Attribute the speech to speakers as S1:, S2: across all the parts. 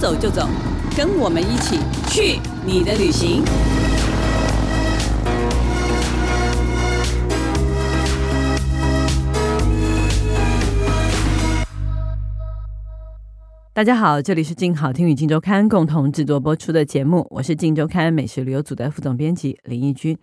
S1: 走就走，跟我们一起去你的旅行。大家好，这里是静好听与静周刊共同制作播出的节目，我是静周刊美食旅游组的副总编辑林义君。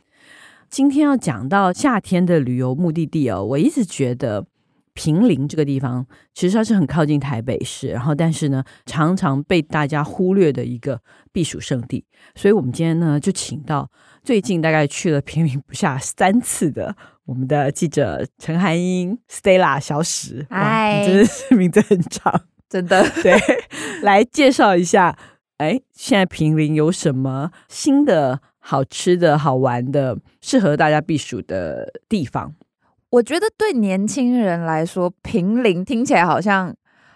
S1: 今天要讲到夏天的旅游目的地哦，我一直觉得平陵这个地方其实它是很靠近台北市，然后但是呢，常常被大家忽略的一个避暑胜地。所以我们今天呢，就请到最近大概去了平陵不下三次的我们的记者陈涵英、Stella 小史，哇，
S2: 嗨
S1: 你真的是名字很长，
S2: 真的
S1: 对，来介绍一下，哎，现在平陵有什么新的好吃的好玩的，适合大家避暑的地方？
S2: 我觉得对年轻人来说，平陵听起来好像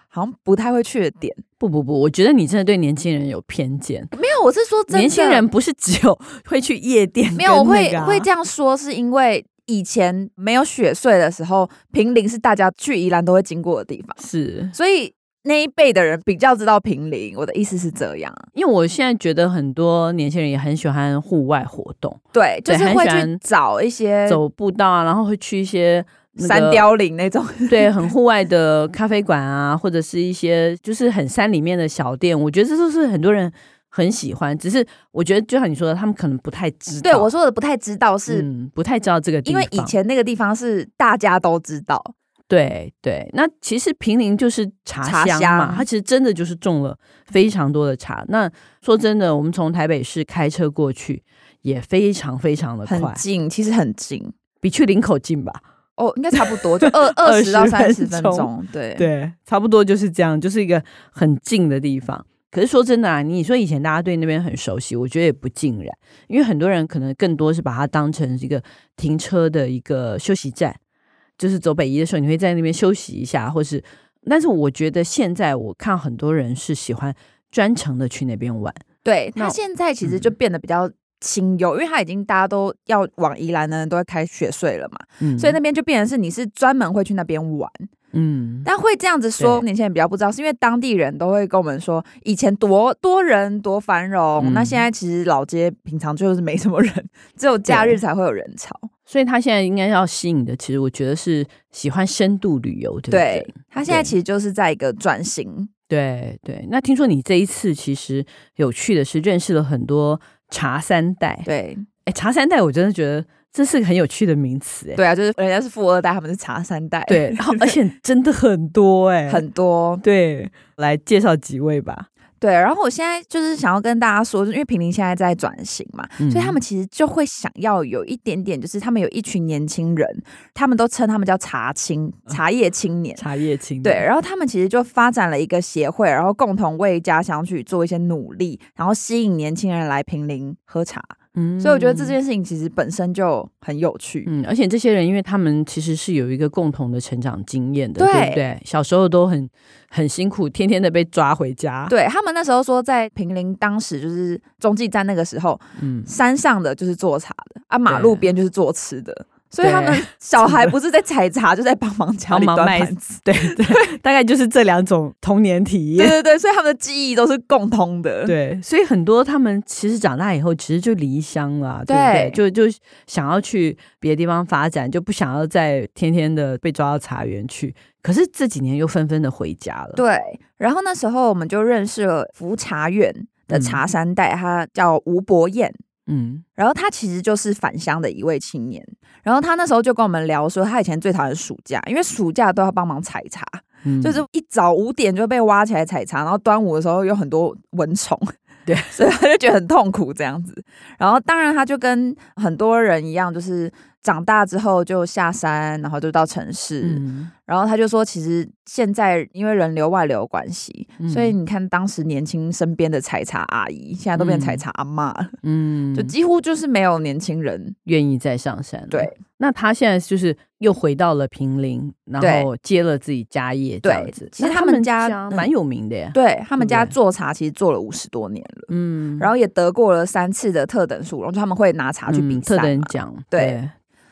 S2: 好像不太会去的点。
S1: 不不不，我觉得你真的对年轻人有偏见。
S2: 没有，我是说真的，
S1: 年轻人不是只有 会去夜店、
S2: 没有，我会会这
S1: 样。
S2: 样说，是因为以前没有雪隧的时候，平陵是大家去宜兰都会经过的地方，
S1: 是
S2: 所以那一辈的人比较知道平陵。我的意思是这样，
S1: 因为我现在觉得很多年轻人也很喜欢户外活动，
S2: 对，就
S1: 对
S2: 是
S1: 很
S2: 会
S1: 喜
S2: 去
S1: 欢
S2: 找一些
S1: 走步道啊，然后会去一些、那个
S2: 山雕岭那种。
S1: 对，很户外的咖啡馆啊，或者是一些就是很山里面的小店，我觉得这都是很多人很喜欢。只是我觉得，就像你说的，他们可能不太知道，
S2: 对我说的不太知道是，
S1: 嗯不太知道这个地
S2: 因
S1: 方，
S2: 为以前那个地方是大家都知道，
S1: 对对，那其实平陵就是茶
S2: 茶
S1: 乡嘛，
S2: 乡
S1: 它其实真的就是种了非常多的茶。那说真的，我们从台北市开车过去也非常非常的
S2: 很
S1: 快，
S2: 近，其实很近。
S1: 比去林口近吧？
S2: 哦，应该差不多，就 二二十到三十分
S1: 20分
S2: 钟，对
S1: 对，差不多就是这样，就是一个很近的地方。可是说真的啊，你说以前大家对那边很熟悉，我觉得也不尽然，因为很多人可能更多是把它当成一个停车的一个休息站，就是走北宜的时候，你会在那边休息一下，或是……但是我觉得现在我看很多人是喜欢专程的去那边玩，
S2: 对，它
S1: 那
S2: 现在其实就
S1: 嗯
S2: 变得比较清幽，因为它已经大家都要往宜兰的人都会开雪隧了嘛，
S1: 嗯，
S2: 所以那边就变成是你是专门会去那边玩，
S1: 嗯，
S2: 但会这样子说
S1: 对
S2: 年轻人比较不知道，是因为当地人都会跟我们说以前多多人多繁荣，
S1: 嗯
S2: 那现在其实老街平常就是没什么人，只有假日
S1: 对
S2: 才会有人潮。
S1: 所以他现在应该要吸引的，其实我觉得是喜欢深度旅游的人
S2: 对，，它现在
S1: 对
S2: 其实就是在一个转型，
S1: 对对，那听说你这一次其实有趣的是认识了很多茶三代。
S2: 对
S1: 哎，茶三代，我真的觉得这是个很有趣的名词哎。
S2: 对啊，就是人家是富二代，他们是茶三代，
S1: 对，然 后而且真的很多哎，
S2: 很多
S1: 对。来介绍几位吧，
S2: 对，然后我现在就是想要跟大家说，就是因为平林现在在转型嘛，
S1: 嗯
S2: 所以他们其实就会想要有一点点，就是他们有一群年轻人，他们都称他们叫茶青、茶叶青年。
S1: 嗯茶叶青
S2: 对，
S1: 年，
S2: 然后他们其实就发展了一个协会，然后共同为家乡去做一些努力，然后吸引年轻人来平林喝茶。
S1: 嗯
S2: 所以我觉得这件事情其实本身就很有趣。
S1: 嗯，而且这些人，因为他们其实是有一个共同的成长经验的，
S2: 对
S1: 对不对？小时候都很很辛苦，天天的被抓回家，，
S2: 对他们那时候说，在平林当时就是中继站那个时候，
S1: 嗯，
S2: 山上的就是做茶的啊，马路边就是做吃的，所以
S1: 对
S2: 他们 小孩不是在采茶，就在帮 忙家里
S1: 帮忙
S2: 端
S1: 卖
S2: 盘子。
S1: 对对，大概就是这两种童年体验
S2: 对。对对，所以他们的记忆都是共通的。
S1: 对，所以很多他们其实长大以后，其实就离乡了，啊对不对？就就想要去别的地方发展，就不想要再天天的被抓到茶园去。可是这几年又纷纷的回家了，，
S2: 对然后那时候我们就认识了福茶院的茶三代，他叫吴伯燕。
S1: 嗯，
S2: 然后他其实就是返乡的一位青年，然后他那时候就跟我们聊说，他以前最讨厌暑假，因为暑假都要帮忙采茶，
S1: 嗯
S2: 就是一早五点就被挖起来采茶，然后端午的时候有很多蚊虫，
S1: 对，
S2: 所以他就觉得很痛苦这样子。然后当然他就跟很多人一样，就是长大之后就下山，然后就到城市。
S1: 嗯
S2: 然后他就说，其实现在因为人流外流的关系，
S1: 嗯
S2: 所以你看当时年轻身边的采茶阿姨，现在都变采茶阿嬷了，
S1: 嗯，
S2: 就
S1: 就
S2: 几乎就是没有年轻人。
S1: 愿意再上山。
S2: 对，
S1: 那他现在就是又回到了平陵，然
S2: 对
S1: 后接了自己家业这
S2: 对
S1: 样子。
S2: 其实
S1: 那
S2: 他
S1: 他
S2: 们
S1: 们
S2: 家嗯
S1: 蛮有名的耶，
S2: 对他们家
S1: 对不对
S2: 做茶其实做了五十多年了，
S1: 嗯，
S2: 然后也得过了三次的特等殊荣，就他们会拿茶去比
S1: 嗯特
S2: 赛
S1: 等
S2: 嘛。
S1: 奖，
S2: 对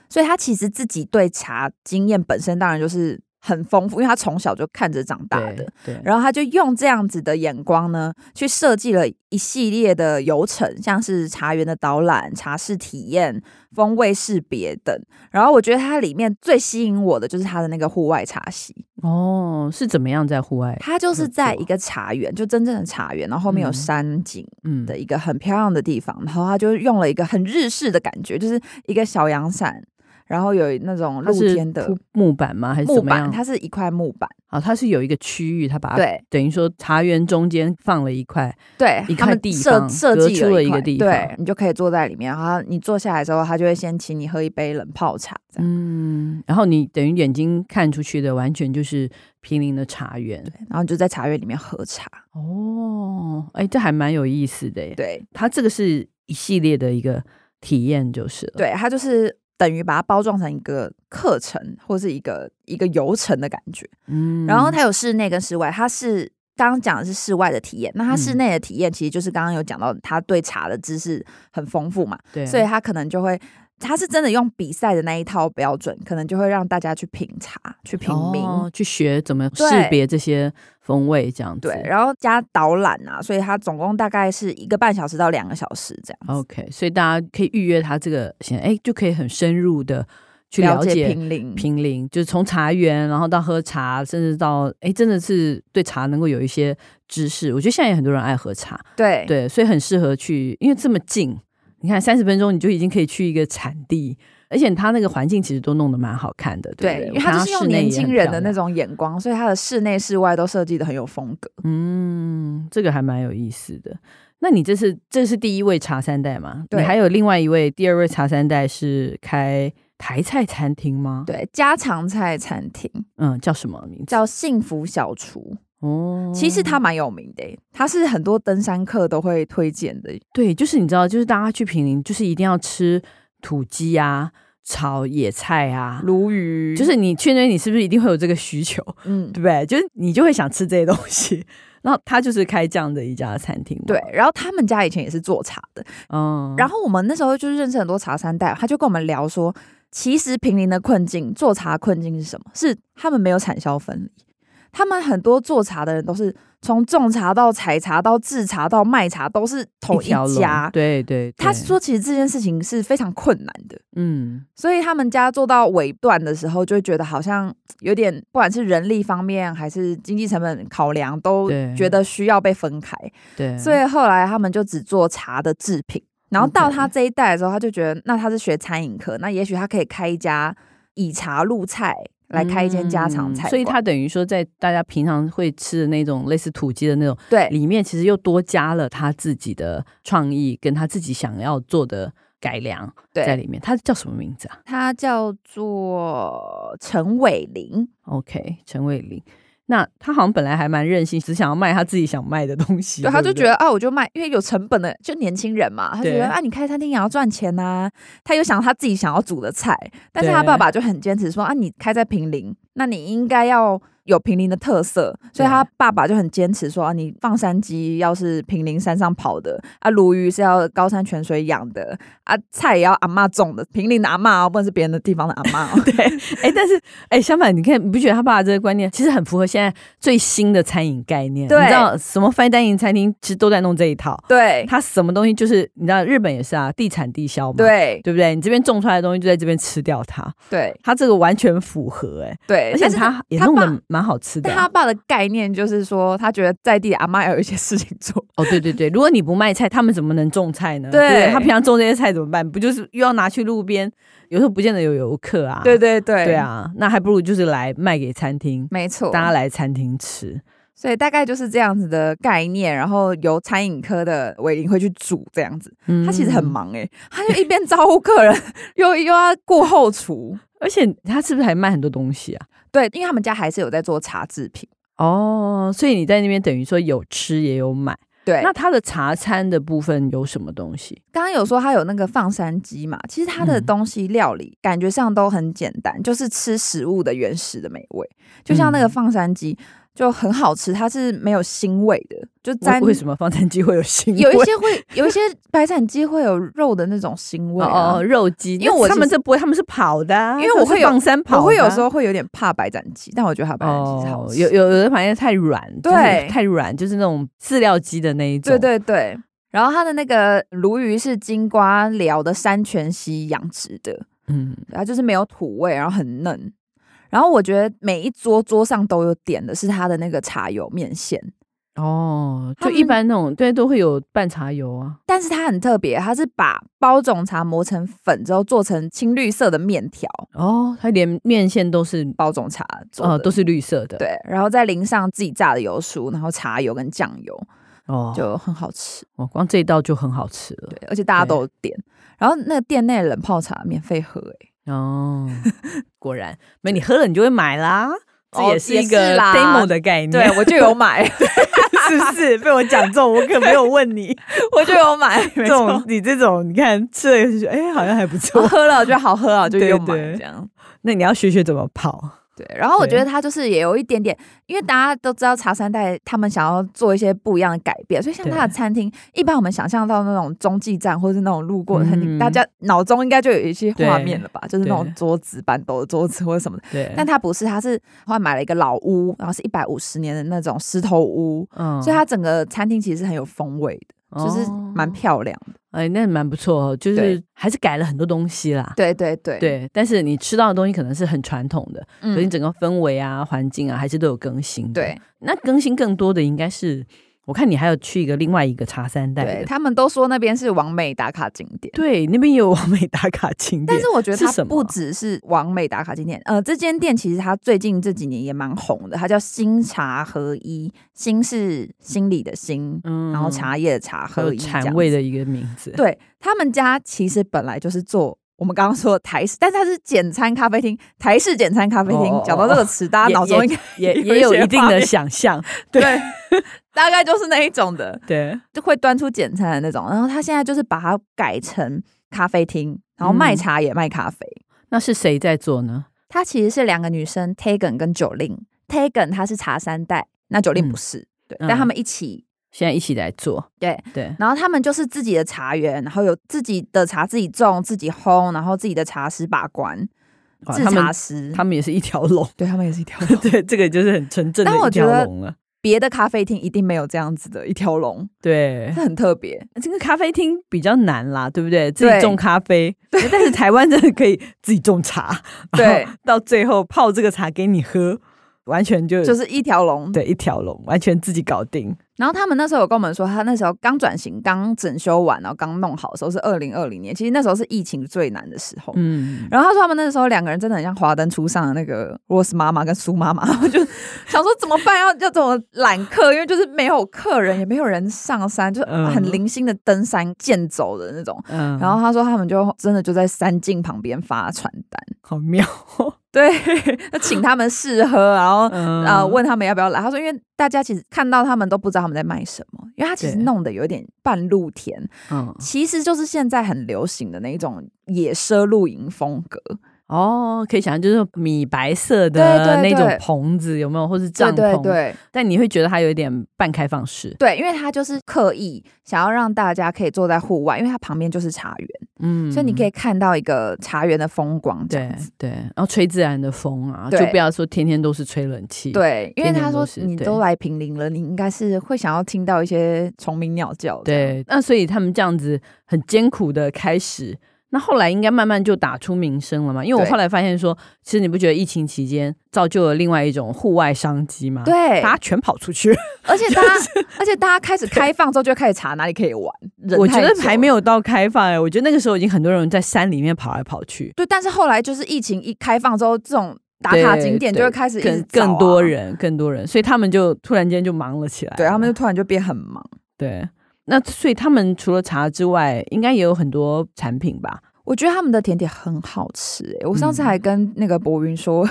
S2: 所以他其实自己对茶经验本身当然就是很丰富，因为他从小就看着长大的
S1: 对。对，
S2: 然后他就用这样子的眼光呢，去设计了一系列的游程，像是茶园的导览、茶室体验、风味识别等。然后我觉得它里面最吸引我的就是它的那个户外茶席，
S1: 哦，是怎么样在户外？
S2: 它就是在
S1: 没错
S2: 一个茶园，就真正的茶园，然后后面有
S1: 嗯
S2: 山景
S1: 嗯，
S2: 的一个很漂亮的地方。然后它就用了一个很日式的感觉，就是一个小阳伞，然后有那种
S1: 它
S2: 露
S1: 是
S2: 天的
S1: 铺木板吗？还是
S2: 木
S1: 怎么
S2: 板，
S1: 样？
S2: 它是一块木板，
S1: 好，它是有一个区域，它把它
S2: 对
S1: 等于说茶园中间放了一块，
S2: 对，
S1: 一
S2: 他
S1: 块
S2: 们
S1: 地
S2: 设
S1: 方
S2: 设
S1: 隔
S2: 计
S1: 出了一
S2: 块
S1: 个地
S2: 对
S1: 方
S2: 你就可以坐在里面。然后你坐下来之后，他就会先请你喝一杯冷泡茶，这样。
S1: 嗯，然后你等于眼睛看出去的完全就是毗邻的茶园。
S2: 然后你就在茶园里面喝茶。
S1: 哦，哎，这还蛮有意思的耶。
S2: 对
S1: 它这个是一系列的一个体验，就是了。
S2: 对，它就是等于把它包装成一个课程或是一个一个游程的感觉。
S1: 嗯
S2: 然后它有室内跟室外，它是。刚刚讲的是室外的体验，那它室
S1: 嗯
S2: 内的体验其实就是刚刚有讲到，他对茶的知识很丰富嘛，
S1: 对，啊
S2: 所以他可能就会，他是真的用比赛的那一套标准，可能就会让大家去品茶、去品茗、
S1: 哦、去学怎么识
S2: 对
S1: 别这些风味，这样子。
S2: 对，然后加导览啊，所以它总共大概是一个半小时到两个小时这样子。
S1: OK，所以大家可以预约他这个先，哎，就可以很深入的去了
S2: 解
S1: 解
S2: 平林，
S1: 平林，就是从茶园，然后到喝茶，甚至到哎，真的是对茶能够有一些知识。我觉得现在也很多人爱喝茶，
S2: 对
S1: 对，所以很适合去，因为这么近，你看三十分钟你就已经可以去一个产地，而且它那个环境其实都弄得蛮好看的，对不
S2: 对，
S1: 对
S2: 因
S1: 我
S2: 为
S1: 看
S2: 它
S1: 它
S2: 就
S1: 室
S2: 是用
S1: 内
S2: 年
S1: 也
S2: 轻
S1: 很
S2: 人
S1: 漂
S2: 的那
S1: 亮，
S2: 种眼光，所以它的室内室外都设计的很有风格。
S1: 嗯，这个还蛮有意思的。那你这是这是第一位茶三代吗？
S2: 对
S1: 你还有另外一位第二位茶三代是开台菜餐厅吗？
S2: 对，家常菜餐厅
S1: 嗯，叫什么名字？
S2: 叫幸福小厨，
S1: 哦，
S2: 其实它蛮有名的、它是很多登山客都会推荐的。
S1: 对，就是你知道，就是大家去平林，就是一定要吃土鸡啊，炒野菜啊，
S2: 鲈鱼
S1: 就是你去那边，你是不是一定会有这个需求？
S2: 嗯
S1: 对，不对？就是你就会想吃这些东西。然后他就是开这样的一家餐厅嘛，
S2: 对，然后他们家以前也是做茶的，
S1: 嗯，
S2: 然
S1: 后
S2: 后我们那时候就是认识很多茶三代，他就跟我们聊说，其实平林的困境，做茶困境是什么？是他们没有产销分离，他们很多做茶的人都是从种茶到采茶到制茶到卖茶都是同
S1: 一条龙
S2: 家。
S1: 对对，
S2: 他
S1: 对，
S2: 说，其实这件事情是非常困难的。
S1: 嗯，
S2: 所以他们家做到尾段的时候，就会觉得好像有点，不管是人力方面还是经济成本考量，都
S1: 对
S2: 觉得需要被分开。
S1: 对，
S2: 所以后来他们就只做茶的制品。然后到
S1: OK
S2: 他这一代的时候，他就觉得那他是学餐饮科，那也许他可以开一家以茶入菜来开一间家常
S1: 嗯
S2: 菜馆、
S1: 所以他等于说在大家平常会吃的那种类似土鸡的那种
S2: 对
S1: 里面，其实又多加了他自己的创意跟他自己想要做的改良在
S2: 对，
S1: 里面。他叫什么名字啊
S2: 他叫做陈伟林。
S1: ？OK，陈伟林。那他好像本来还蛮任性，只想要卖他自己想卖的东西。
S2: 对，
S1: 对，
S2: 他就觉。得啊，我就卖，因为有成本的，就年轻人嘛，他觉
S1: 对
S2: 得啊，你开餐厅也要赚钱呐、他有想他自己想要煮的菜，但是他爸爸就很坚持说啊，你开在平林，那你应该要有平林的特色，所以他爸爸就很坚持说啊，你放山鸡要是平林山上跑的，啊，鲈鱼是要高山泉水养的，啊，菜也要阿嬷种的，平林的阿嬷哦，不能是别人的地方的阿嬷哦。
S1: 哎、但是哎、相反，你看，你不觉得他爸爸这个观念其实很符合现在最新的餐饮概念？
S2: 对
S1: 你知道什么 fine dining 餐厅其实都在弄这一套。
S2: 对
S1: 他什么东西就是你知道，日本也是啊，地产地销嘛，
S2: 对
S1: 对不对？你这边种出来的东西就在这边吃掉它，
S2: 对
S1: 他这个完全符合哎、
S2: 对，
S1: 而且
S2: 但是
S1: 他也
S2: 他
S1: 弄
S2: 爸
S1: 得蛮好吃的
S2: 但
S1: 啊、
S2: 他爸的概念就是说，他觉得在地的阿嬷要有一些事情做。
S1: 哦，对对对，如果你不卖菜，他们怎么能种菜呢？
S2: 对
S1: 不他平常种这些菜怎么办？不就是又要拿去路边，有时候不见得有游客啊。
S2: 对对对，
S1: 对，啊，那还不如就是来卖给餐厅，
S2: 没错。
S1: 大家来餐厅吃。
S2: 所以大概就是这样子的概念，然后由餐饮科的伟林会去煮这样子。
S1: 嗯
S2: 他其实很忙诶、他就一边招呼客人， 又又要顾后厨。
S1: 而且他是不是还卖很多东西啊？
S2: 对，因为他们家还是有在做茶制品。
S1: 哦，所以你在那边等于说有吃也有买。
S2: 对，
S1: 那他的茶餐的部分有什么东西？
S2: 刚刚有说他有那个放山鸡嘛，其实他的
S1: 嗯
S2: 东西料理感觉上都很简单，就是吃食物的原始的美味，就像那个
S1: 嗯
S2: 放山鸡。就很好吃，它是没有腥味的，就
S1: 为
S2: 沾
S1: 为什么放餐鸡会有腥味？
S2: 有一些会有一些白斩鸡会有肉的那种腥味、啊、
S1: 哦哦肉鸡，
S2: 因为我
S1: 他
S2: 其
S1: 们
S2: 实
S1: 这不会，他们是跑的啊、
S2: 因为我
S1: 他们
S2: 会
S1: 是
S2: 有
S1: 放山跑的啊、
S2: 我会有时候会有点怕白斩鸡，但我觉得它白斩鸡是好
S1: 哦，
S2: 吃。
S1: 有有有的螃蟹太软，就是
S2: 对
S1: 太软，就是那种饲料鸡的那一种，
S2: 对对对。然后它的那个鲈鱼是金瓜寮的山泉溪养殖的，
S1: 嗯，
S2: 它就是没有土味，然后很嫩。然后我觉得每一桌桌上都有点的是它的那个茶油面线，
S1: 哦，
S2: 他
S1: 就
S2: 们
S1: 一般那种对都会有半茶油啊，
S2: 但是它很特别，它是把包种茶磨成粉之后做成青绿色的面条，
S1: 哦，它连面线都是
S2: 包种茶做的，
S1: 呃都是绿色的，，
S2: 对，然后再淋上自己榨的油酥，然后茶油跟酱油，
S1: 哦，就
S2: 就很好吃。
S1: 哦光这一道就很好吃了，
S2: 对，而且大家都有点。然后那个店内冷泡茶免费喝、欸，
S1: 哦，果然，没你喝了你就会买啦。这
S2: 哦
S1: 也是一
S2: 也是
S1: 个
S2: 啦
S1: demo 的概念，
S2: 对我就有买，
S1: 是不是？被我讲中，我可没有问 你。
S2: 我就有买，没
S1: 这
S2: 错
S1: 种。你这种，你看吃了就觉得，哎、好像还不
S2: 我
S1: 错。
S2: 喝了，我觉得好喝啊，我就
S1: 对
S2: 又买
S1: 对
S2: 这样。
S1: 那你要学学怎么泡，
S2: 对，然后我
S1: 对
S2: 觉得它就是也有一点点，因为大家都知道茶三代他们想要做一些不一样的改变，所以像
S1: 对
S2: 它的餐厅，一般我们想象到那种中继站或是那种路过的餐厅，
S1: 嗯
S2: 大家脑中应该就有一些画面了吧，就是那种
S1: 对
S2: 桌子、板凳、桌子或者什么的。
S1: 对
S2: 但它不是，它是后来买了一个老屋，然后是一百五十年的那种石头屋，
S1: 嗯
S2: 所以它整个餐厅其实很有风味的，就是蛮
S1: 哦
S2: 漂亮的。
S1: 哎、那蛮不错哦，就是
S2: 对
S1: 还是改了很多东西啦。
S2: 对对对，
S1: 对，但是你吃到的东西可能是很传统的，可是你
S2: 嗯，
S1: 整个氛围啊、环境啊，还是都有更新的。，
S2: 对
S1: 那更新更多的应该是，我看你还有去一个另外一个茶三代
S2: 对，
S1: 的，
S2: 他们都说那边是完美打卡景点。
S1: 对，那边也有完美打卡景点，
S2: 但是我觉得
S1: 是
S2: 它
S1: 什么啊
S2: 不只是完美打卡景点，呃，这间店其实它最近这几年也蛮红的，它叫新茶合一，新是心理的心，
S1: 嗯
S2: 然后茶叶的茶
S1: 还有
S2: 合一，
S1: 禅味。的一个名字，
S2: 对他们家其实本来就是做。我们刚刚说的台式，但是它是简餐咖啡厅，台式简餐咖啡厅。
S1: 哦哦
S2: 讲到这个词，大家
S1: 也
S2: 脑中应该
S1: 也
S2: 有
S1: 也有
S2: 些
S1: 一定
S2: 画
S1: 的
S2: 面
S1: 想 象，
S2: 对，大概就是那一种的，
S1: 对，
S2: 就会端出简餐的那种。然后他现在就是把它改成咖啡厅，然后卖
S1: 嗯
S2: 茶也卖咖啡。
S1: 那是谁在做呢？
S2: 它其实是两个女生，Tegan 跟九令。Tegan 她是茶三代，那九令
S1: 嗯
S2: 不是，对，
S1: 嗯
S2: 但他们一起
S1: 现在一起来做，
S2: 对。
S1: 对，
S2: 然后他们就是自己的茶园，然后有自己的茶自己种、自己烘，然后自己的茶师把关，
S1: 哇
S2: 制
S1: 他们
S2: 茶师。
S1: 他们也是一条龙，
S2: 对他们也是一条
S1: 对，这个就是很纯正
S2: 但
S1: 的
S2: 我
S1: 一
S2: 觉
S1: 条
S2: 得
S1: 龙了，
S2: 别的咖啡厅一定没有这样子的一条龙，
S1: 对。
S2: 这很特 别。
S1: 这个咖啡厅比较难啦，对不对？自己
S2: 对
S1: 种咖啡，但是台湾真的可以自己种茶，
S2: 对，
S1: 到最后泡这个茶给你喝，完全就
S2: 就是一条龙。
S1: 对一条龙，完全自己搞定。
S2: 然后他们那时候有跟我们说，他那时候刚转型、刚整修完，然后刚弄好的时候是二零二零年，其实那时候是疫情最难的时候。
S1: 嗯，
S2: 然后他说他们那时候两个人真的很像华灯初上的那个 Rose 妈妈跟苏妈 妈，我就想说怎么办，要要怎么揽客，因为就是没有客人，也没有人上山，就是
S1: 嗯
S2: 很零星的登山健走的那种。
S1: 嗯
S2: 然后他说他们就真的就在山径旁边发传 单，
S1: 好妙哦，
S2: 对， 就请他们试喝，然后。
S1: 嗯
S2: 呃，问他们要不要来，他说，因为大家其实看到他们都不知道他们在卖什么，因为他其实
S1: 对
S2: 弄得有点半露天，
S1: 嗯
S2: 其实就是现在很流行的那一种野奢露营风格。
S1: 哦，可以想象就是米白色的
S2: 对
S1: 那
S2: 对
S1: 种
S2: 对
S1: 棚子有没有，或是
S2: 对
S1: 帐篷？
S2: 对对，
S1: 但你会觉得它有一点半开放式。
S2: 对，因为他就是刻意想要让大家可以坐在户外，因为它旁边就是茶园，
S1: 嗯
S2: 所以你可以看到一个茶园的风光这
S1: 对
S2: 样子。
S1: 对，然后吹自然的风啊，就
S2: 对
S1: 不要说天天都是吹冷气。
S2: 对，因为
S1: 天天
S2: 他
S1: 都
S2: 说
S1: 是
S2: 你
S1: 对
S2: 都来平林了，你应该是会想要听到一些虫鸣鸟叫。，
S1: 对，那所以他们这样子很艰苦的开始，那后来应该慢慢就打出名声了嘛？因为我
S2: 对
S1: 后来发现说，其实你不觉得疫情期间造就了另外一种户外商机吗？，
S2: 对，
S1: 大家全跑出去。
S2: 而且大家，而且大家开始开放之后，就开始查哪里可以玩。人
S1: 我觉
S2: 太
S1: 得
S2: 久
S1: 还没
S2: 了
S1: 有到开放哎、我觉得那个时候已经很多人在山里面跑来跑去，
S2: 对，但是后来就是疫情一开放之后，这种打卡
S1: 对
S2: 景点就
S1: 对
S2: 会开始一
S1: 更
S2: 直找
S1: 更多
S2: 啊。
S1: 人，更多人，所以他们就突然间就忙了起来了。
S2: 对，他们就突然就变很忙。
S1: 对。那所以他们除了茶之外，应该也有很多产品吧？
S2: 我觉得他们的甜点很好吃、欸，我上次还跟那个博云说，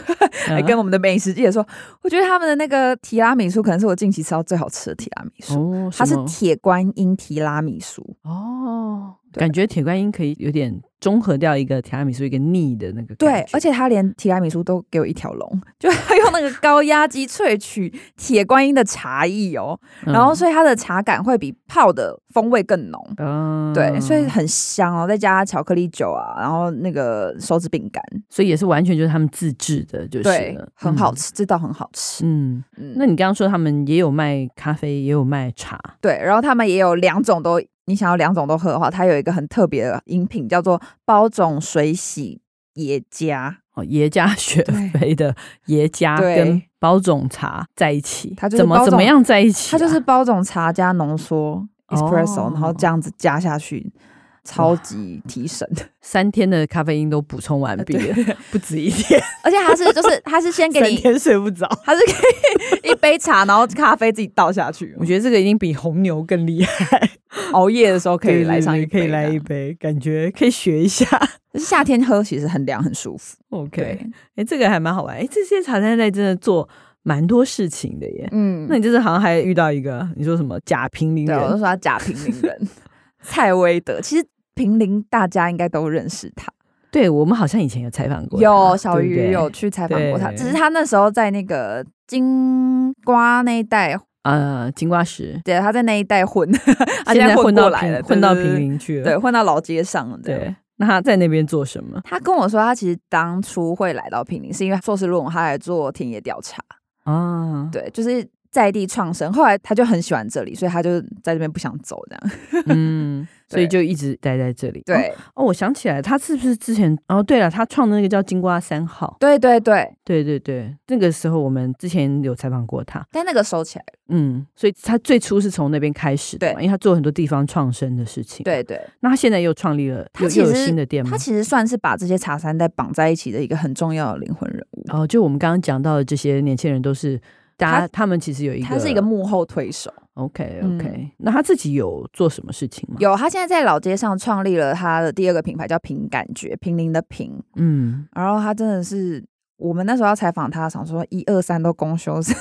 S2: 还
S1: 嗯
S2: 跟我们的美食记者说，我觉得他们的那个提拉米苏可能是我近期吃到最好吃的提拉米苏，
S1: 哦，
S2: 它
S1: 什
S2: 是
S1: 么
S2: 铁观音提拉米苏，
S1: 哦，
S2: 对
S1: 感觉铁观音可以有点中和掉一个提拉米苏一个腻的那个
S2: 对，而
S1: 且
S2: 且他连提拉米苏都给我一条龙，就 他用那个高压机萃取铁观音的茶叶哦，
S1: 嗯
S2: 然后所以它的茶感会比泡的风味更浓。
S1: 嗯，
S2: 对，所以很香哦，再加巧克力酒啊，然后那个手指饼干，
S1: 所以也是完全就是他们自制的，就是
S2: 对
S1: 了，嗯
S2: 很好。吃，这道很好吃。
S1: 嗯，嗯
S2: 嗯，
S1: 那你刚刚说他们也有卖咖啡，也有卖茶，
S2: 对，然后他们也有两种都，你想要两种都喝的话，它有一个很特别的饮品叫做包种水洗耶加，
S1: 哦，耶加 雪菲的耶加
S2: 对
S1: 跟包种茶在一起，
S2: 它就是
S1: 怎么
S2: 包种
S1: 怎么样在一起啊、
S2: 它就是包种茶加浓缩 espresso，、
S1: 哦
S2: 然后这样子加下去，超级提神。
S1: 三天的咖啡因都补充完毕了，不止一天，
S2: 而且它是就是它是呃 先给
S1: 三
S2: 你，
S1: 天睡不着。
S2: 它是给你一杯茶，然后咖啡自己倒下去
S1: 我，觉得这个一定比红牛更厉害，
S2: 熬夜的时候可以
S1: 对
S2: 来
S1: 对
S2: 上
S1: 对
S2: 一杯
S1: 可以来
S2: 这
S1: 一
S2: 样，
S1: 杯，感觉可以学一下。
S2: 可是夏天喝其实很凉很舒服。
S1: OK，
S2: 对，
S1: 哎、这个还蛮好玩。哎、这些茶餐厅类真的做蛮多事情的耶。
S2: 嗯
S1: 那你这次好像还遇到一个，你说什么假平林
S2: 对，啊我就
S1: 人？
S2: 说他假平林人， 蔡威德。其实平林大家应该都认识他，
S1: 对我们好像以前有采访过他，
S2: 有小
S1: 对不
S2: 鱼
S1: 对
S2: 有去采访过他，
S1: 对
S2: 只是他那时候在那个金瓜那一带，
S1: 呃金瓜石，
S2: 对，他在那一带混， 他
S1: 现在
S2: 啊混
S1: 到
S2: 过来
S1: 平
S2: 了，
S1: 混到
S2: 对对
S1: 平
S2: 对
S1: 林去了。
S2: 对，混到老街上了，对。
S1: 对，那他在那边做什么？
S2: 他跟我说，他其实当初会来到平林，是因为硕士论文他来做田野调查，
S1: 啊，
S2: 对，就是在地创生。后来他就很喜欢这里，所以他就在这边不想走，这样。
S1: 嗯，所以
S2: 对
S1: 就一直待在这里。哦，
S2: 对，
S1: 哦我想起来，他是不是之前？哦，对了，他创的那个叫金瓜三号。
S2: 对对对，
S1: 对对对，那个时候我们之前有采访过他。
S2: 但那个收起来了，
S1: 嗯，所以他最初是从那边开始的嘛，
S2: 对
S1: 因为他做很多地方创生的事情。，
S2: 对对。
S1: 那他现在又创立了，
S2: 他
S1: 又
S2: 其
S1: 又有
S2: 实
S1: 新的店吗
S2: 他？其实算是把这些茶山带绑在一起的一个很重要的灵魂人物。
S1: 哦，就我们刚刚讲到的这些年轻人都是。大家
S2: 他
S1: 他们其实有一个，
S2: 他是一个幕后推手，
S1: OK
S2: 嗯
S1: OK，、那他自己有做什么事情吗？，
S2: 有他现在在老街上创立了他的第二个品牌，叫平感觉，平林的平。
S1: 嗯，
S2: 然后他真的是，我们那时候要采访他，想说一二三都公休是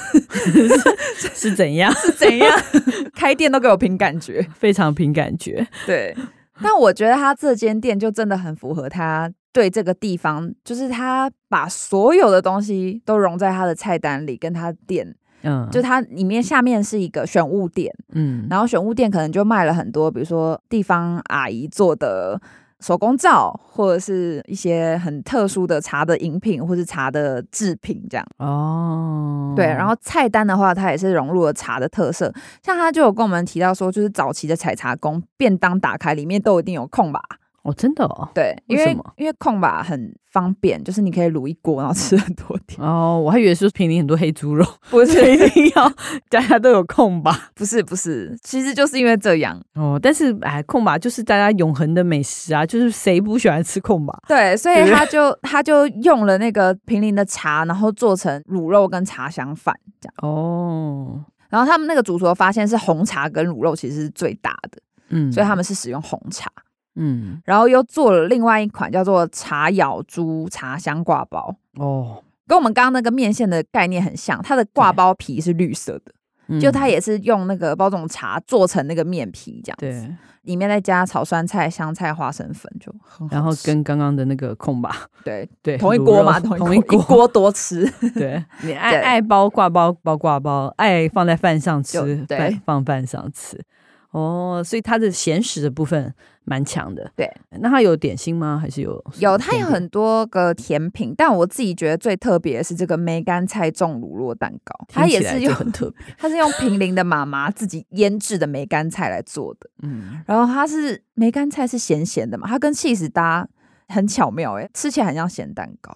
S1: 是怎样？
S2: 是怎样， 开店都给我凭感觉。
S1: 非常凭感觉。
S2: 对，但我觉得他这间店就真的很符合他对这个地方，就是他把所有的东西都融在他的菜单里，跟他店，
S1: 嗯，
S2: 就它里面下面是一个选物店。
S1: 嗯，
S2: 然后选物店可能就卖了很多，比如说地方阿姨做的手工皂，或者是一些很特殊的茶的饮品，或是茶的制品这样。
S1: 哦，
S2: 对，然后菜单的话，它也是融入了茶的特色，像他就有跟我们提到说，就是早期的采茶工便当打开里面都一定有空吧，
S1: 哦，真的哦，
S2: 对，因
S1: 为什
S2: 为
S1: 么
S2: 因为空吧很方便，就是你可以卤一锅，然后吃很多天，
S1: 哦， 我还以为是平林很多黑猪肉，
S2: 不
S1: 所以
S2: 是
S1: 一定要 大家都有空吧？
S2: 不是不是，其实就是因为这样，
S1: 哦，但是哎，空吧就是大家永恒的美食啊，就是谁不喜欢吃空吧？
S2: 对，所以
S1: 对
S2: 他就他就用了那个平林的茶，然后做成卤肉跟茶香饭这样。
S1: 哦，
S2: 然后他们那个主厨发现是红茶跟卤肉其实是最搭的，
S1: 嗯，
S2: 所以他们是使用红茶。
S1: 嗯，
S2: 然后又做了另外一款叫做茶咬猪茶香挂包，
S1: 哦，
S2: 跟我们刚刚那个面线的概念很像，它的挂包皮是绿色的，
S1: 嗯
S2: 就它也是用那个包种茶做成那个面皮这样，，
S1: 对，
S2: 里面再加炒酸菜、香菜、花生粉，就很好吃
S1: 然后跟刚刚的那个空吧，
S2: 对
S1: 对，
S2: 同一
S1: 卤
S2: 锅
S1: 肉
S2: 嘛，
S1: 同
S2: 一
S1: 一
S2: 锅
S1: 锅
S2: 一，锅多吃，
S1: 对你爱
S2: 对
S1: 爱包挂包包挂包，爱放在饭上
S2: 就
S1: 吃，
S2: 对
S1: 饭放饭上吃。哦，所以它的咸食的部分蛮强的。
S2: 对，
S1: 那它有点心吗？还是有什么
S2: 有它有
S1: 甜点
S2: 很多个甜品，但我自己觉得最特别的是这个梅干菜重乳酪蛋糕，它
S1: 听起
S2: 也
S1: 来
S2: 是
S1: 就
S2: 用
S1: 很特别。
S2: 它是用平林的妈妈自己腌制的梅干菜来做 的。
S1: 嗯，
S2: 然后它是梅干菜是咸咸的嘛，它跟 cheese 搭很巧妙诶、吃起来很像咸蛋糕。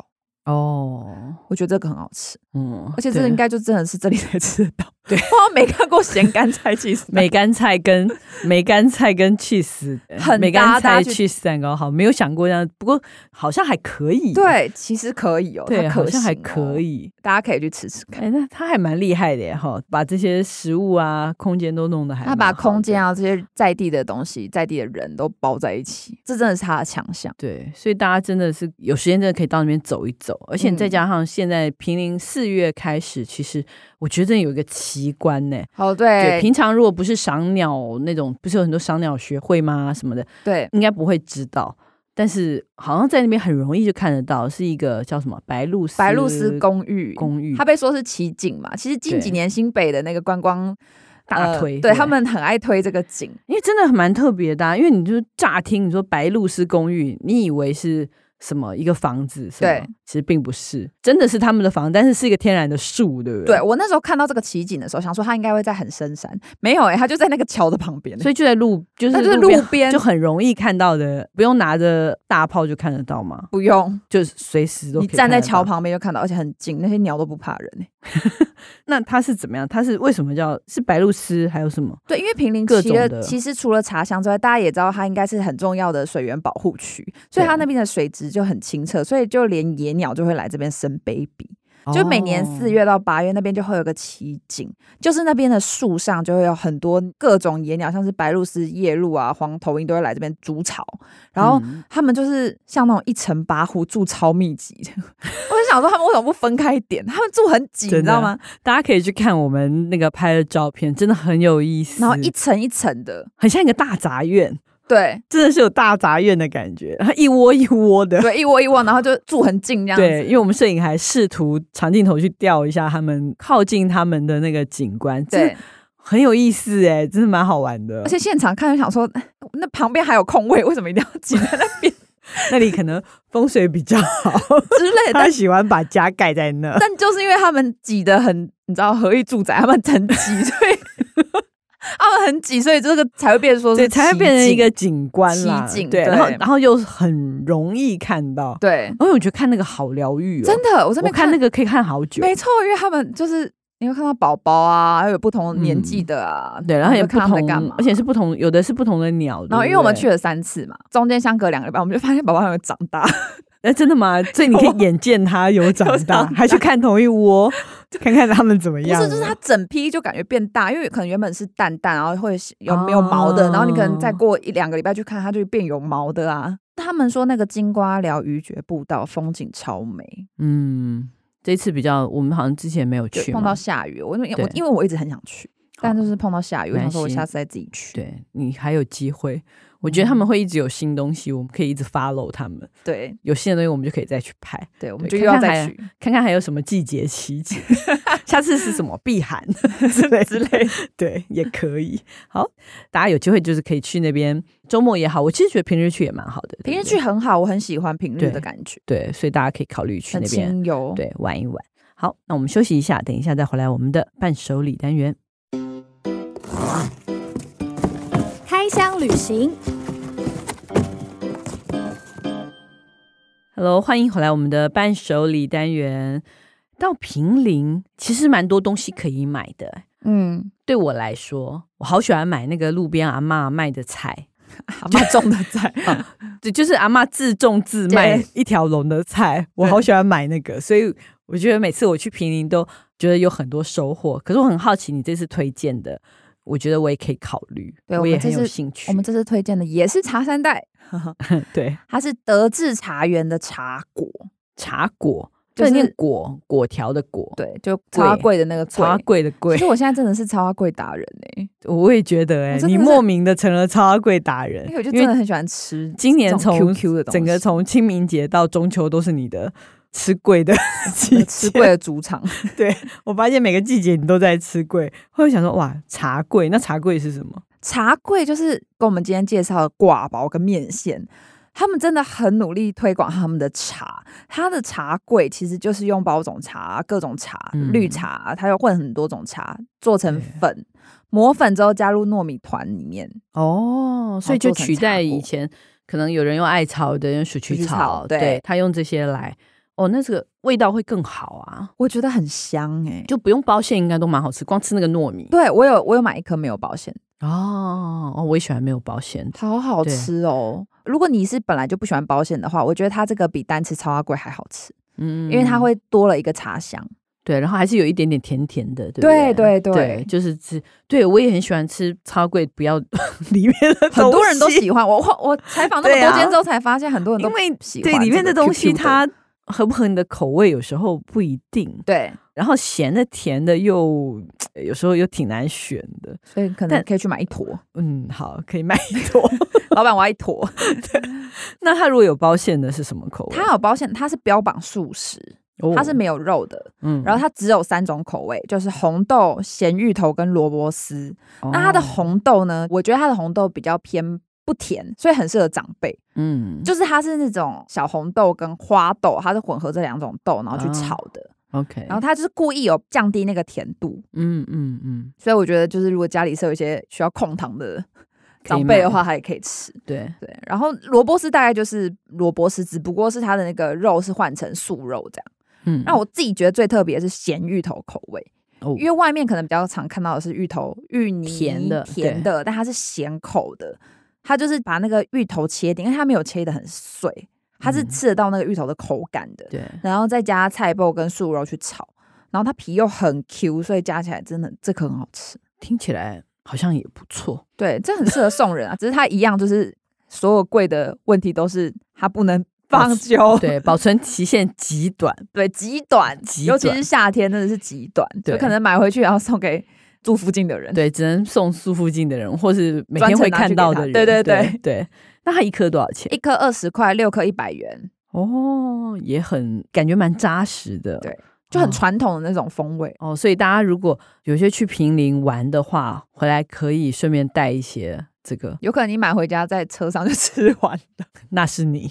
S1: 哦，
S2: 我觉得这个很好吃，
S1: 嗯，
S2: 而且这个
S1: 对
S2: 应该就真的是这里才 吃得到。
S1: 对
S2: 我好像没看过咸干菜 cheese 蛋
S1: 梅干菜跟梅干菜跟 cheese
S2: 很搭
S1: 梅干
S2: 大
S1: 菜
S2: 家去
S1: cheese 蛋糕，好，没有想过这样，不过好像还可以。
S2: 糕。对，其实可以哦，
S1: 对，
S2: 它可
S1: 好像还
S2: 行哦
S1: 可，以。
S2: 大家可以去吃吃看。
S1: 哎，那他还蛮厉害的耶哈，把这些食物啊、空间都弄得还
S2: 他把
S1: 蛮好
S2: 空
S1: 的
S2: 间啊这些在地的东西、在地的人都包在一起，这真的是他的强项。
S1: 对，所以大家真的是有时间真的可以到那边走一走，而且
S2: 嗯
S1: 再加上现在平林四月开始，其实我觉得有一个奇观呢、
S2: 哦，
S1: 对，
S2: 对
S1: 平常如果不是赏鸟那种，不是有很多赏鸟学会吗？什么的，
S2: 对，
S1: 应该不会知道。但是好像在那边很容易就看得到，是一个叫什么白鹭鸶呃
S2: 白鹭鸶公寓，
S1: 公寓，
S2: 它被说是奇景嘛。其实近
S1: 对
S2: 几年新北的那个观光
S1: 大
S2: 呃
S1: 推，
S2: 对他，们很爱推这个景。
S1: 因为真的蛮特别的、啊，因为你就乍听你说白鹭鸶公寓，你以为是什么一个房子，是吗
S2: 对，
S1: 其实并不是，真的是他们的房子，但是是一个天然的树，对不对？
S2: 对我那时候看到这个奇景的时候，想说它应该会在很深山，没有哎、它就在那个桥的旁边，
S1: 所
S2: 以
S1: 以就在路，就是
S2: 它就是
S1: 路边
S2: 路边
S1: 就很容易看到的，不用拿着大炮就看得到嘛，
S2: 不用
S1: 就是随时都可
S2: 你
S1: 以
S2: 站在
S1: 看得到
S2: 桥。旁边就看到，而且很近，那些鸟都不怕人、欸、
S1: 那它是怎么样？它是为什么叫是白鹭鸶？还有什么？
S2: 对，因为平林
S1: 各
S2: 其
S1: 种
S2: 了
S1: 的
S2: 其实除了茶乡之外，大家也知道它应该是很重要的水源保护区，所以它
S1: 对
S2: 那边的水质就很清澈，所以就连野鸟就会来这边生 baby。就每年四
S1: 哦
S2: 月到八月那边就会有个奇景，就是那边的树上就会有很多各种野鸟，像是白鹭鸶、夜鹭啊、黄头鹰都会来这边筑巢，然后
S1: 嗯
S2: 他们就是像那种一层八户住超密集的， 我就想说他们为什么不分开一点？他们住很挤，你
S1: 真
S2: 知
S1: 的
S2: 道吗？
S1: 大家可以去看我们那个拍的照片，真的很有意思。
S2: 然后一层一层的，
S1: 很像一个大杂院，
S2: 对
S1: 真的是有大杂院的感觉， 然后一窝一窝 的。
S2: 对，一窝一窝，然后就住很近这样
S1: 对，
S2: 子。
S1: 因为我们摄影还试图长镜头去调一下他们靠近他们的那个景观，真的
S2: 对，
S1: 很有意思哎，真的蛮好玩的。
S2: 而且现场看就想说，那旁边还有空位，为什么一定要挤在那边
S1: 那里可能风水比较好，
S2: 之类的？
S1: 他喜欢把家盖在那。
S2: 但就是因为他们挤得很，你知道，合意住宅他们很挤，所以 他们很挤，所以这个才会变成说
S1: 对，
S2: 是
S1: 才会
S2: 奇
S1: 变成一
S2: 景
S1: 个景观啦，
S2: 奇景
S1: 对，
S2: 对
S1: 然后然后又很容易看到，
S2: 对，
S1: 而且我觉得看那个好疗愈哦，
S2: 真的，我这
S1: 我
S2: 边
S1: 看那个可以看好久，
S2: 没错，因为他们就是你会看到宝宝啊，还有不同年纪的啊，
S1: 嗯对，然后也
S2: 你会
S1: 不
S2: 看他们在干
S1: 同
S2: 嘛，，
S1: 而且是不同，有的是不同的鸟，
S2: 然
S1: 对不
S2: 后因为我们
S1: 对
S2: 去，了三次嘛，中间相隔两个礼拜，我们就发现宝宝还没有长大，
S1: 哎，真的 吗？所以你可以眼见它有长大，
S2: 长大
S1: 还去看同一 窝，看看它们怎么
S2: 不
S1: 样了。
S2: 是，就是它整批就感觉变大，因为可能原本是蛋蛋，然后会是有没有毛的，
S1: 哦
S2: 然后你可能再过一两个礼拜去看，它就变有毛的啊。他们说那个金瓜寮鱼蕨步道风景超美，
S1: 嗯，这次比较，我们好像之前没有
S2: 就
S1: 去
S2: 碰到
S1: 嘛
S2: 下雨，我因为
S1: 对
S2: 我因为我一直很想去，但就是碰到下雨，我
S1: 没关
S2: 想
S1: 系
S2: 说我下次再自己去。
S1: 对你还有机会，我觉得
S2: 嗯
S1: 他们会一直有新东西，我们可以一直 follow 他们，
S2: 对
S1: 有新的东西我们就可以再去拍，
S2: 对，我们就
S1: 对
S2: 又要
S1: 看看
S2: 再
S1: 还
S2: 去。
S1: 看看还有什么季节奇 景，下次是什么避寒之类之类，对，也可以。好，大家有机会就是可以去那边，周末也好，我其实觉得平日去也蛮好的，对
S2: 平日
S1: 不
S2: 去
S1: 对
S2: 很好，我很喜欢平
S1: 对
S2: 日的感觉，
S1: 对，所以大家可以考虑去
S2: 很
S1: 那边
S2: 清幽。
S1: 对，玩一玩。好，那我们休息一下，等一下再回来我们的伴手礼单元。
S3: 开箱旅行，
S1: Hello，欢迎回来我们的伴手礼单元。到平林其实蛮多东西可以买的。
S2: 嗯，
S1: 对我来说，我好喜欢买那个路边阿嬷卖的菜，
S2: 阿妈种的菜，
S1: 对，就是阿嬷自种自卖
S2: 对
S1: 一条龙的菜，我
S2: 对
S1: 好喜欢买那个。所以我觉得每次我去平林都觉得有很多收获。可是我很好奇你这次推荐的，我觉得我也可以考虑，
S2: 对我
S1: 也
S2: 们这
S1: 很有
S2: 次
S1: 兴趣。
S2: 我们这次推荐的也是茶三代，
S1: 对
S2: 它是德智茶园的茶果，
S1: 茶果，
S2: 就
S1: 对，念
S2: 是
S1: 果果条的果，
S2: 对，就茶
S1: 贵
S2: 贵的那个
S1: 茶
S2: 贵。
S1: 贵的贵
S2: 其实。我现在真的是茶贵达人哎、
S1: 我也觉得、欸，哎
S2: 我真，的
S1: 你
S2: 是哎
S1: 莫名的成了茶贵达人，
S2: 因为我就
S1: 因
S2: 真的
S1: 为
S2: 很喜欢吃
S1: 今年
S2: 这种
S1: 从
S2: QQ 的东西，
S1: 整个从清明节到中秋都是你的吃贵的 季
S2: 吃
S1: 节。
S2: 贵的主场。
S1: 我发现每个季节你都在吃贵，后来想说哇，茶贵，那茶贵是什么？
S2: 茶贵就是跟我们今天介绍的挂包跟面线，他们真的很努力推广他们的茶。它的茶贵其实就是用包种茶、啊各种茶、
S1: 嗯
S2: 绿茶，它又混很多种茶做成粉，磨粉之后加入糯米团里面。
S1: 哦，所以
S2: 哦
S1: 就
S2: 做成
S1: 取代
S2: 茶
S1: 以
S2: 果
S1: 前，可能有人用艾草，有的人用鼠曲
S2: 鼠曲
S1: 草，
S2: 草
S1: 对
S2: 对
S1: 他用这些来，哦，那这个味道会更好啊，
S2: 我觉得很香哎、
S1: 就不用包馅，应该都蛮好吃，光吃那个糯米。
S2: 对我有我有买一颗没有保鲜，
S1: 哦，哦我也喜欢没有保鲜的。
S2: 好好
S1: 对
S2: 吃哦。如果你是本来就不喜欢保鲜的话，我觉得它这个比单吃超花贵还好吃，
S1: 嗯
S2: 因为它会多了一个茶香。
S1: 对，然后还是有一点点甜甜的，对不
S2: 对
S1: 对
S2: 对对
S1: 就是吃。对我也很喜欢吃超贵，不要 里面的
S2: 很多人都
S1: 东西
S2: 喜欢我。我我采访那么
S1: 对啊
S2: 多间之后才发现，很多人都
S1: 因为
S2: 喜欢
S1: 对里面的
S2: 这个
S1: 东西
S2: QQ 的
S1: 它合不合你的口味有时候不一定，
S2: 对，
S1: 然后咸的甜的又有时候又挺难选的。
S2: 所以可能
S1: 但
S2: 可以去买一坨。
S1: 嗯，好，可以买一坨。
S2: 老板，我要一坨。
S1: 那它如果有包馅的是什么口味？
S2: 它有包馅，它是标榜素食，
S1: 哦
S2: 它是没有肉的，
S1: 嗯
S2: 然后它只有三种口味，就是红豆、咸芋头跟萝卜丝。
S1: 哦
S2: 那它的红豆呢？我觉得它的红豆比较偏。不甜，所以很适合长辈。
S1: 嗯
S2: 就是它是那种小红豆跟花豆，它是混合这两种豆，然后去
S1: 哦
S2: 炒的。
S1: OK，
S2: 然后它就是故意有降低那个甜度，
S1: 嗯嗯嗯，
S2: 所以我觉得就是如果家里是有一些需要控糖的
S1: 可以
S2: 长辈
S1: 买
S2: 的话，他也可以吃。
S1: 对，
S2: 对，然后萝卜丝大概就是萝卜丝，只不过是它的那个肉是换成素肉这样。
S1: 嗯，
S2: 那我自己觉得最特别的是咸芋头口味，
S1: 哦
S2: 因为外面可能比较常看到的是芋头芋泥
S1: 甜的
S2: 甜的，但它是咸口的，它就是把那个芋头切丁，因为它没有切的很碎，它是
S1: 嗯
S2: 吃得到那个芋头的口感的，
S1: 对
S2: 然后再加菜脯跟素肉去炒。然后它皮又很 Q，所以加起来真的这颗很好吃。
S1: 听起来好像也不错。
S2: 对，这很适合送人啊。只是它一样，就是所有贵的问题都是它不能放久，
S1: 哦对，保存期限极短，
S2: 对，极短，
S1: 极
S2: 尤其
S1: 短
S2: 是夏天真的是极短，就
S1: 对
S2: 可能买回去然后送给住附近的 人。
S1: 对，只能送苏附近的人，或是每天会看到的人。
S2: 专程拿去给他对
S1: 对对，那它一颗多少钱
S2: 一？颗二十块，六颗一百元，
S1: 哦，也很感觉蛮扎实的。
S2: 对就很
S1: 哦
S2: 传统的那种风味。
S1: 哦，所以大家如果有些去平陵玩的话，回来可以顺便带一些这个。
S2: 有可能你买回家在车上就 吃完 了，
S1: 那是你，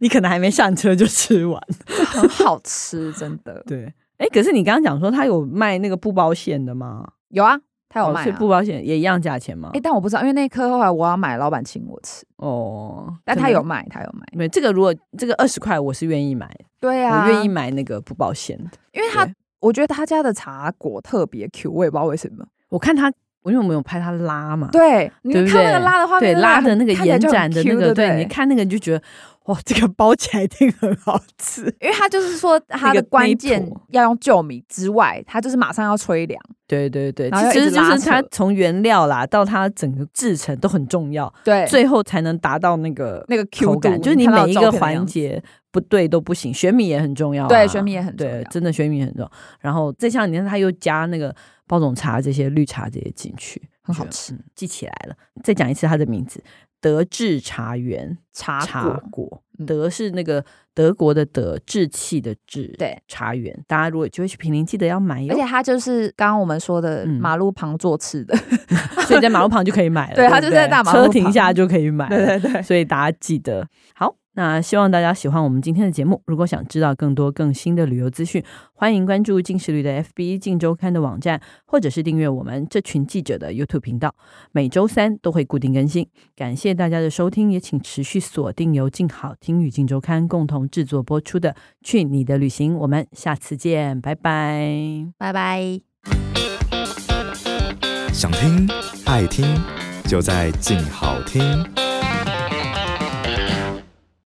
S1: 你可能还没上车就吃完。
S2: 很好吃，真的。
S1: 对，哎，可是你刚刚讲说他有卖那个不包馅的吗？
S2: 有啊，他有
S1: 哦
S2: 卖、
S1: 所
S2: 啊
S1: 以。不包馅也一样价钱吗
S2: 哎、？但我不知道，因为那颗后来我要买，老板请我吃，
S1: 哦，
S2: 但
S1: 可
S2: 他
S1: 能
S2: 有。卖，他有卖。
S1: 没这个，如果这个二十块，我是愿意买，
S2: 对啊，
S1: 我愿意，买那个不包馅的。
S2: 因为他
S1: 对
S2: 我觉得他家的茶果特别 Q，我也不知道为什 么。
S1: 我看他，我因为我们有拍他拉嘛，
S2: 对，你
S1: 对不
S2: 看那个
S1: 对
S2: 拉的画
S1: 对
S2: 面，
S1: 拉的
S2: 很
S1: 那个
S2: 看起来
S1: 延
S2: 就很
S1: 展的
S2: Q，
S1: 那个，
S2: 对不
S1: 对，你看那个你就觉得哇，这个包起来一定很好吃。
S2: 因为他就是说他
S1: 那
S2: 的
S1: 个那
S2: 关
S1: 一
S2: 键
S1: 坨
S2: 要用旧米之外，他就是马上要吹凉。
S1: 对对对，
S2: 然后要
S1: 其
S2: 一
S1: 实
S2: 直
S1: 就
S2: 拉
S1: 是它
S2: 扯
S1: 从原料啦到它整个制成都很重要，
S2: 对
S1: 最后才能达到那个
S2: 那个
S1: 口
S2: Q
S1: 感，
S2: 感，
S1: 就是你每一个环节不对都不行。选米也很重要啊、
S2: 对选米也很重要
S1: 对，真的选米很重要。然后再像你看，它又加那个包种茶这些绿茶这些进去，
S2: 很
S1: 我
S2: 好
S1: 觉得
S2: 吃
S1: 嗯记起来了，再讲一次它的名字：德智茶园
S2: 茶
S1: 茶
S2: 果，
S1: 果
S2: 嗯。
S1: 德是那个德国的德，志气的志，
S2: 对
S1: 茶园。大家如果就会去平林，记得要买哟
S2: 而。且它就是刚刚我们说的
S1: 嗯
S2: 马路旁做吃的，
S1: 所以在马路旁就可以买了。
S2: 对
S1: 不
S2: 它就在大马路旁
S1: 车停下就可以买了。
S2: 对对对，
S1: 所以大家记得好。那希望大家喜欢我们今天的节目。如果想知道更多更新的旅游资讯，欢迎关注《近视旅》的 FB、《近周刊》的网站，或者是订阅我们这群记者的 YouTube 频道。每周三都会固定更新。感谢大家的收听，也请持续锁定由静好听与静周刊共同制作播出的《去你的旅行》。我们下次见，拜拜。
S2: 拜拜。
S4: 想听爱听，就在静好听。